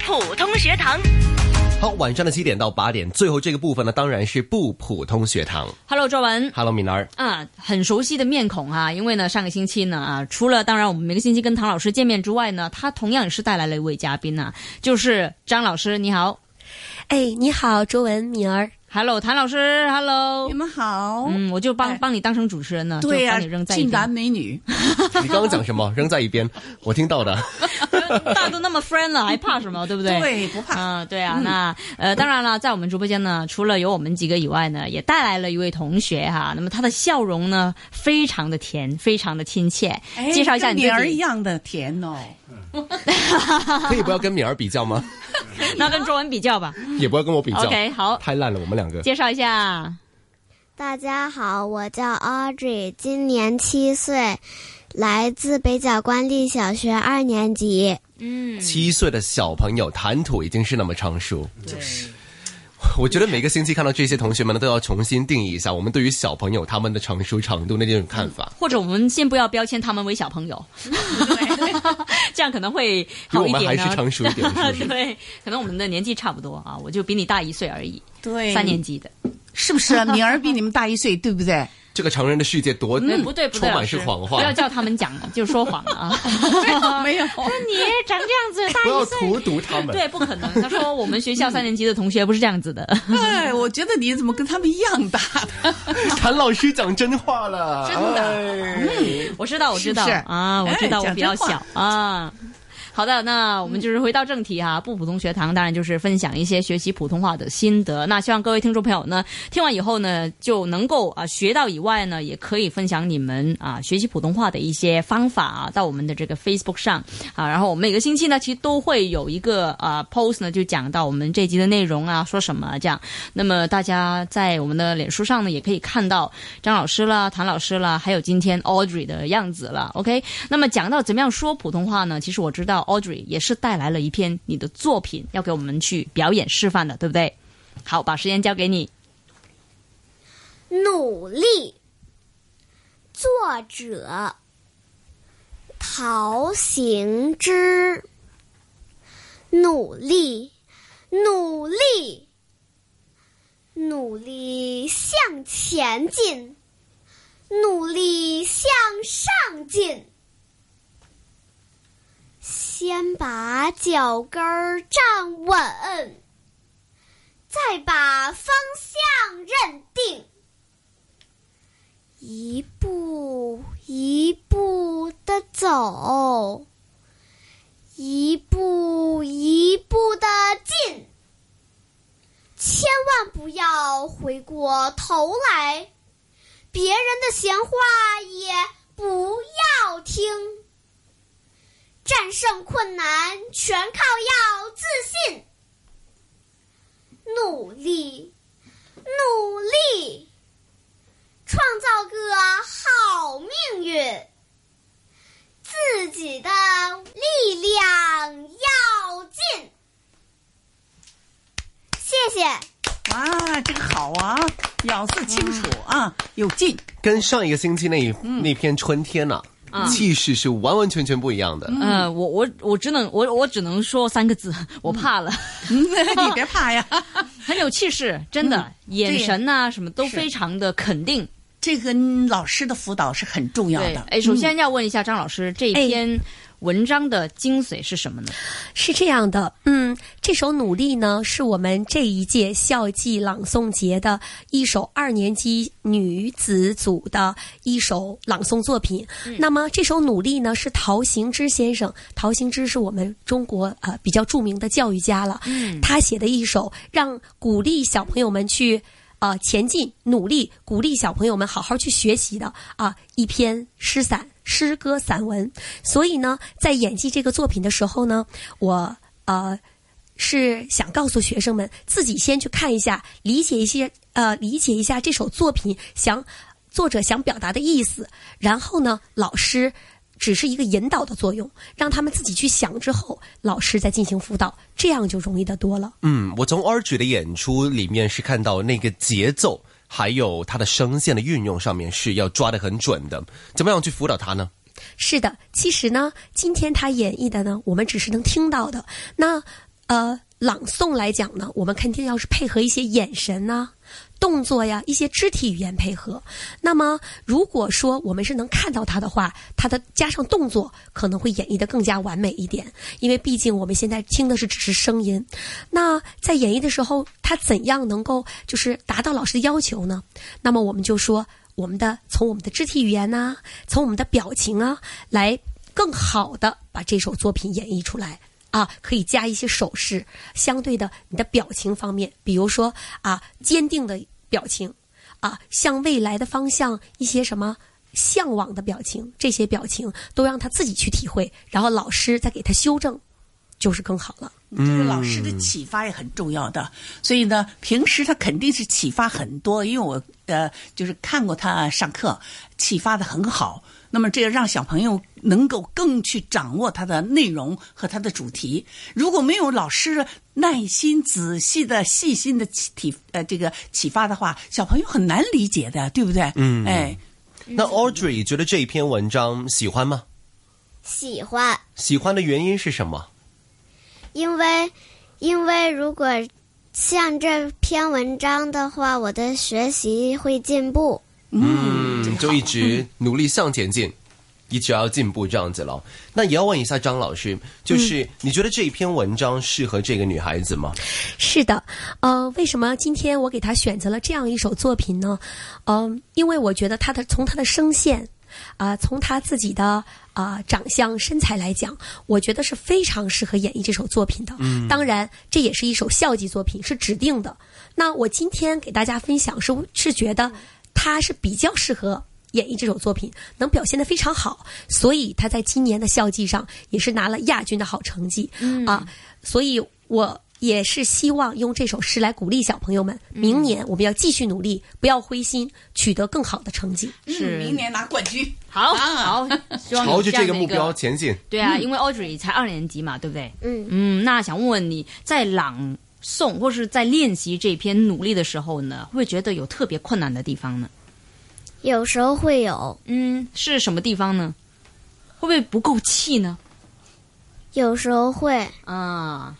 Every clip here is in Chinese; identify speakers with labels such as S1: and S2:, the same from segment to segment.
S1: 普通学堂。
S2: 好，晚上的七点到八点，最后这个部分呢，当然是不普通学堂。
S3: Hello，卓文
S2: Hello，敏 儿，
S3: 啊，很熟悉的面孔啊，因为呢，上个星期呢啊，除了当然我们每个星期跟唐老师见面之外呢，他同样也是带来了一位嘉宾呐、就是张老师，你好
S4: 哎，你好，卓文敏儿，
S3: ，Hello，谭老师，Hello，
S5: 你们好，
S3: 嗯，我就帮
S5: 哎
S3: 帮你当成主持人呢，
S5: 对
S3: 就
S5: 呀、
S3: 帮你扔在一
S5: 俊
S3: 边
S5: 男美女，
S2: 你刚刚讲什么？扔在一边，我听到 的。
S3: 大家都那么 friend 了，还怕什么？对不对？
S5: 对，不怕。
S3: 嗯，对啊，那呃，当然了，在我们直播间呢，除了有我们几个以外呢，也带来了一位同学哈。那么他的笑容呢，非常的甜，非常的亲切。
S5: 哎
S3: 介绍一下
S5: 跟
S3: 你
S5: 女
S3: 自
S5: 儿一
S3: 己，
S5: 样的甜哦，
S2: 可以不要跟敏儿比较吗？
S3: 那跟中文比较吧。
S2: 也不要跟我比较。
S3: OK，好，
S2: 太烂了，我们两个。
S3: 介绍一下。
S6: 大家好，我叫 Audrey，今年七岁，来自北角官立小学二年级。
S3: 嗯，
S2: 七岁的小朋友谈吐已经是那么成熟，
S5: 就是
S2: 我觉得每个星期看到这些同学们呢，都要重新定义一下我们对于小朋友他们的成熟程度那种看法，
S3: 或者我们先不要标签他们为小朋 友，这样可能会
S2: 比
S3: 好
S2: 我
S3: 一
S2: 们还
S3: 点
S2: 是
S3: 呢。
S2: 成熟一点，是不是？
S3: 对，可能我们的年纪差不多啊，我就比你大一岁而已，
S5: 对，
S3: 三年级的。
S5: 是不是 啊？敏儿比你们大一岁，对不对？
S2: 这个成人的世界多
S3: 嗯，不对，不对，
S2: 充
S3: 老
S2: 满
S3: 师
S2: 是谎话
S3: 不，要叫他们讲，就是说谎了 啊。
S5: 没有，
S3: 你长这样子，大
S2: 不要荼毒他 们。
S3: 对，不可能。他说我们学校三年级的同学不是这样子的，
S5: 哎，我觉得你怎么跟他们一样大？
S2: 谭老师讲真话了，哎
S5: 真的
S2: 的。
S3: 我知道，我知道
S5: 是不是
S3: 啊，我知道
S5: 哎
S3: 我比较
S5: 讲真
S3: 小啊。好的，那我们就是回到正题哈、不普通学堂当然就是分享一些学习普通话的心得。那希望各位听众朋友呢，听完以后呢，就能够啊学到以外呢，也可以分享你们啊学习普通话的一些方法啊，到我们的这个 Facebook 上啊。然后我们每个星期呢，其实都会有一个啊 post 呢，就讲到我们这集的内容啊，说什么啊这样。那么大家在我们的脸书上呢，也可以看到张老师啦、谭老师啦，还有今天 Audrey 的样子啦。OK，那么讲到怎么样说普通话呢？其实我知道 Audrey 也是带来了一篇你的作品要给我们去表演示范的，对不对？好，把时间交给你。
S6: 努力。作者：陶行知。努力，努力，努力向前进，努力向上进。先把脚跟儿站稳，再把方向认定。一步一步的走，一步一步的进，千万不要回过头来，别人的闲话也不要听。战胜困难全靠要自信，努力，努力。创造个好命运，自己的力量要尽。谢谢。
S5: 哇，这个好啊，咬字清楚
S3: 嗯
S5: 啊，有劲。
S2: 跟上一个星期那一那篇春天呐，气势是完完全全不一样的。
S3: 嗯、呃，我我我只能我我只能说三个字， 我怕了，
S5: 嗯 你别怕呀，
S3: 很有气势，真的，嗯眼
S5: 对
S3: 神呐、什么都
S5: 是
S3: 非常的肯定。
S5: 这个嗯老师的辅导是很重要
S3: 对
S5: 的，。
S3: 哎，首先要问一下张老师，这
S4: 哎
S3: 篇文章的精髓是什么呢？
S4: 是这样的，嗯，这首《努力》呢，是我们这一届校际朗诵节的一首二年级女子组的一首朗诵作品。那么这首《努力》呢，是陶行知先生，陶行知是我们中国呃比较著名的教育家了，他写的一首让鼓励小朋友们去。呃，前进，努力，鼓励小朋友们好好去学习的啊、一篇诗散、诗歌散文。所以呢，在演绎这个作品的时候呢，我呃是想告诉学生们，自己先去看一下，理解一些呃，理解一下这首作品想作者想表达的意思，然后呢，老师。只是一个引导的作用，让他们自己去想之后，老师再进行辅导，这样就容易得多了。
S2: 嗯，我从 Audrey 的演出里面是看到那个节奏，还有他的声线的运用上面是要抓得很准的。怎么样去辅导他呢？
S4: 是的，其实呢，今天他演绎的呢，我们只是能听到的。那呃，朗诵来讲呢，我们肯定要是配合一些眼神呐、动作呀、一些肢体语言配合。那么，如果说我们是能看到他的话，他的加上动作可能会演绎的更加完美一点，因为毕竟我们现在听的是只是声音。那在演绎的时候，他怎样能够就是达到老师的要求呢？那么我们就说，我们的从我们的肢体语言呐、从我们的表情啊，来更好的把这首作品演绎出来。啊，可以加一些手势，相对的你的表情方面，比如说啊，坚定的表情，啊，向未来的方向一些什么向往的表情，这些表情都让他自己去体会，然后老师再给他修正，就是更好了。
S5: 这个老师
S2: 嗯
S5: 的启发也很重要的，所以呢，平时他肯定是启发很多，因为我呃就是看过他上课，启发的很好。那么这个让小朋友能够更去掌握他的内容和他的主题。如果没有老师的耐心、仔细的、细心的启体呃这个启发的话，小朋友很难理解的，对不对？嗯，哎，
S2: 那 Audrey 觉得这篇文章喜欢吗？
S6: 喜欢，
S2: 喜欢的原因是什么？
S6: 因为因为如果像这篇文章的话，我的学习会进步。
S2: 嗯，就一直努力向前进， 一直要进步这样子咯。那也要问一下张老师，就是你觉得这一篇文章适合这个女孩子吗？
S4: 是的，呃，为什么今天我给他选择了这样一首作品呢？嗯、因为我觉得他的从他的声线，啊、从他自己的啊、长相、身材来讲，我觉得是非常适合演绎这首作品的。嗯，当然，这也是一首校级作品，是指定的。那我今天给大家分享是是觉得他是比较适合。演绎这首作品能表现得非常好，所以他在今年的校际上也是拿了亚军的好成绩、啊。所以我也是希望用这首诗来鼓励小朋友们，明
S3: 嗯
S4: 年我们要继续努力，不要灰心，取得更好的成绩。
S3: 是
S5: 嗯明年拿冠军。
S3: 好好
S5: 啊，
S3: 希望
S2: 朝
S3: 有
S2: 着
S3: 哦样
S2: 这
S3: 的
S2: 个目
S3: 一
S2: 标前进。
S3: 对啊，因为 Audrey 才二年级嘛，对不对？
S6: 嗯
S3: 嗯，那想问问你在朗诵或是在练习这篇努力的时候呢，会不会觉得有特别困难的地方呢？
S6: 有时候会有，
S3: 嗯，是什么地方呢？会不会不够气呢？
S6: 有时候会，
S3: 啊，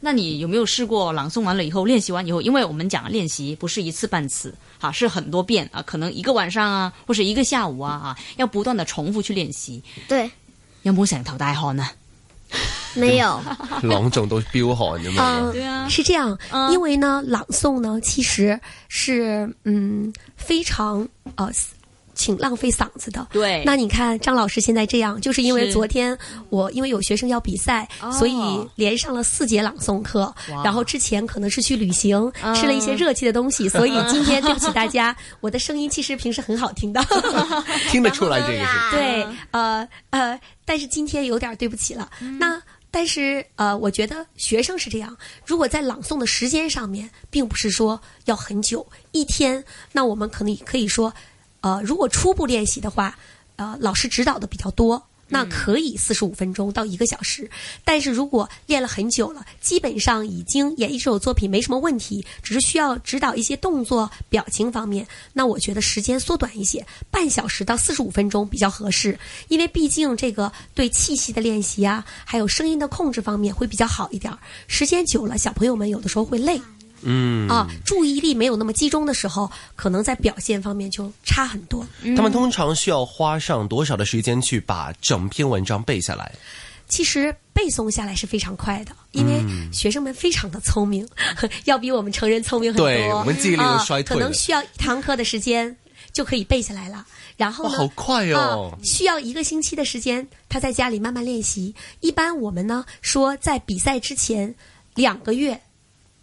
S3: 那你有没有试过朗诵完了以后，练习完以后？因为我们讲练习不是一次半次，啊，是很多遍啊，可能一个晚上啊，或者一个下午啊，啊，要不断的重复去练习。
S6: 对，
S3: 有冇成头大汗啊？
S6: 没有，
S2: 朗诵都彪寒咁
S4: 嗯、
S2: 样。
S3: 啊，
S4: 是这样，
S3: 嗯
S4: 因为呢，朗诵呢其实是嗯非常呃，请浪费嗓子的。
S3: 对，
S4: 那你看张老师现在这样，就是因为
S3: 是
S4: 昨天我因为有学生要比赛，
S3: 哦
S4: 所以连上了四节朗诵课
S3: 哇。
S4: 然后之前可能是去旅行，
S3: 嗯
S4: 吃了一些热气的东西，所以今天对不起大家，我的声音其实平时很好听的。
S2: 听得出来这个是。
S6: 啦
S4: 对，呃呃，但是今天有点对不起了。那但是呃，我觉得学生是这样，如果在朗诵的时间上面，并不是说要很久，一天，那我们可能可以说，呃，如果初步练习的话，呃，老师指导的比较多。那可以四十五分钟到一个小时，但是如果练了很久了，基本上已经演绎这首作品没什么问题，只是需要指导一些动作、表情方面。那我觉得时间缩短一些，半小时到四十五分钟比较合适，因为毕竟这个对气息的练习啊，还有声音的控制方面会比较好一点儿。时间久了，小朋友们有的时候会累。嗯啊，注意力没有那么集中的时候，可能在表现方面就差很多。
S5: 嗯
S2: 他们通常需要花上多少的时间去把整篇文章背下来？
S4: 其实背诵下来是非常快的，因为
S2: 嗯
S4: 学生们非常的聪明， 要比我们成人聪明很多。
S2: 对我们记忆力都
S4: 啊
S2: 衰退了
S5: 嗯
S4: 可能需要一堂课的时间就可以背下来了。然后
S2: 哇，
S4: 呢，
S2: 好快哦
S4: 啊！！需要一个星期的时间，他在家里慢慢练习。一般我们呢说，在比赛之前两个月，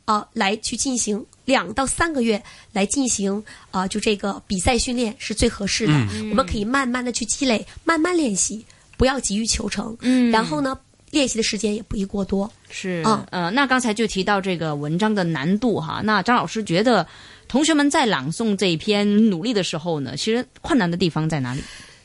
S4: 啊、来去进行两到三个月来进行啊、就这个比赛训练是最合适的。我们可以慢慢的去积累，慢慢练习，不要急于求成。
S3: 嗯
S4: 然后呢，练习的时间也不宜过多。
S3: 是
S4: 嗯
S3: 呃，那刚才就提到这个文章的难度哈，那张老师觉得同学们在朗诵这一篇努力的时候呢，其实困难的地方在哪里？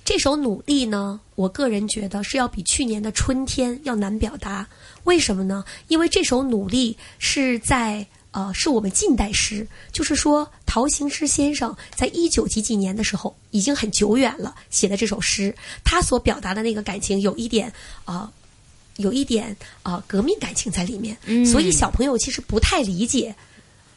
S4: 这首《努力》呢，我个人觉得是要比去年的《春天》要难表达。为什么呢？因为这首《努力》是在呃，是我们近代诗，就是说陶行知先生在一九几几年的时候，已经很久远了写的这首诗，他所表达的那个感情有一点啊、呃有一点啊、革命感情在里面，
S3: 嗯
S4: 所以小朋友其实不太理解。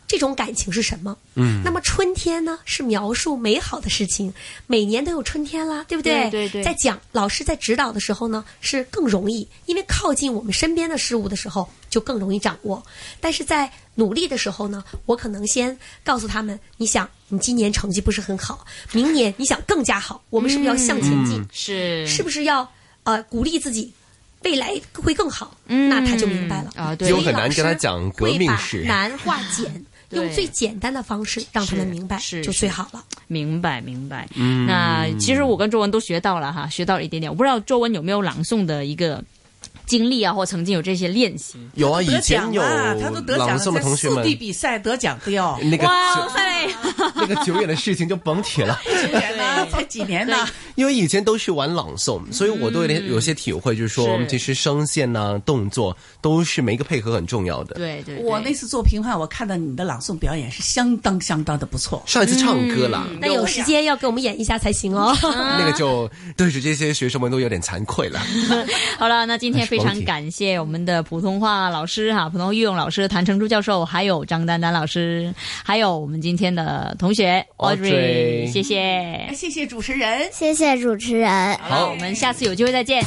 S4: 这种感情是什么？嗯，那么春天呢？是描述美好的事情，每年都有春天啦，对不对？
S3: 对对对
S4: 在讲老师在指导的时候呢，是更容易，因为靠近我们身边的事物的时候就更容易掌握。但是在努力的时候呢，我可能先告诉他们，你想，你今年成绩不是很好，明年你想更加好，我们是不是要向前进？
S3: 嗯是
S4: 是不是要呃鼓励自己，未来会更好？
S3: 嗯
S4: 那他就明白了
S3: 啊对
S4: 所以
S2: 有很难跟他讲革命
S4: 老师
S2: 史
S4: 会把难化简，
S3: 对
S4: 用最简单的方式让他们
S3: 是
S4: 明白，
S3: 是
S4: 就是最好了。
S3: 明白明白。那其实我跟周文都学到了哈，学到了一点点。我不知道周文有没有朗诵的一个经历啊，或曾经有这些练习。
S2: 有啊，以
S5: 得
S2: 前
S5: 奖
S2: 有
S5: 了，嗯他都得奖
S2: 朗
S5: 了，
S2: 诵的
S5: 在
S2: 同学
S5: 速
S2: 们
S5: 递，比赛得奖 的哟。
S2: 那个
S3: 哇
S2: 久
S3: 塞！
S2: 那个久远的事情就甭提 了。
S5: 去年呢，才几年呢？
S2: 因为以前都是玩朗诵，所以我都有点有些体会，就是说
S3: 是
S5: 嗯
S2: 其实声线呐、动作都是每一个配合很重要的。
S3: 对对，对
S5: 我那次做评判，我看到你的朗诵表演是相当相当的不错。
S2: 上一次唱歌啦，
S5: 嗯
S4: 那有时间要给我们演一下才行哦。
S5: 啊
S2: 那个就对着这些学生们都有点惭愧了。
S3: 好了，那今天非常感谢我们的普通话老师哈，普通话御用老师谭成珠教授，还有张丹丹老师，还有我们今天的同学
S2: Audrey
S3: 哎 Audrey，谢谢。
S5: 谢谢主持人。
S6: 谢谢主持人。
S3: 好了，我们下次有机会再见。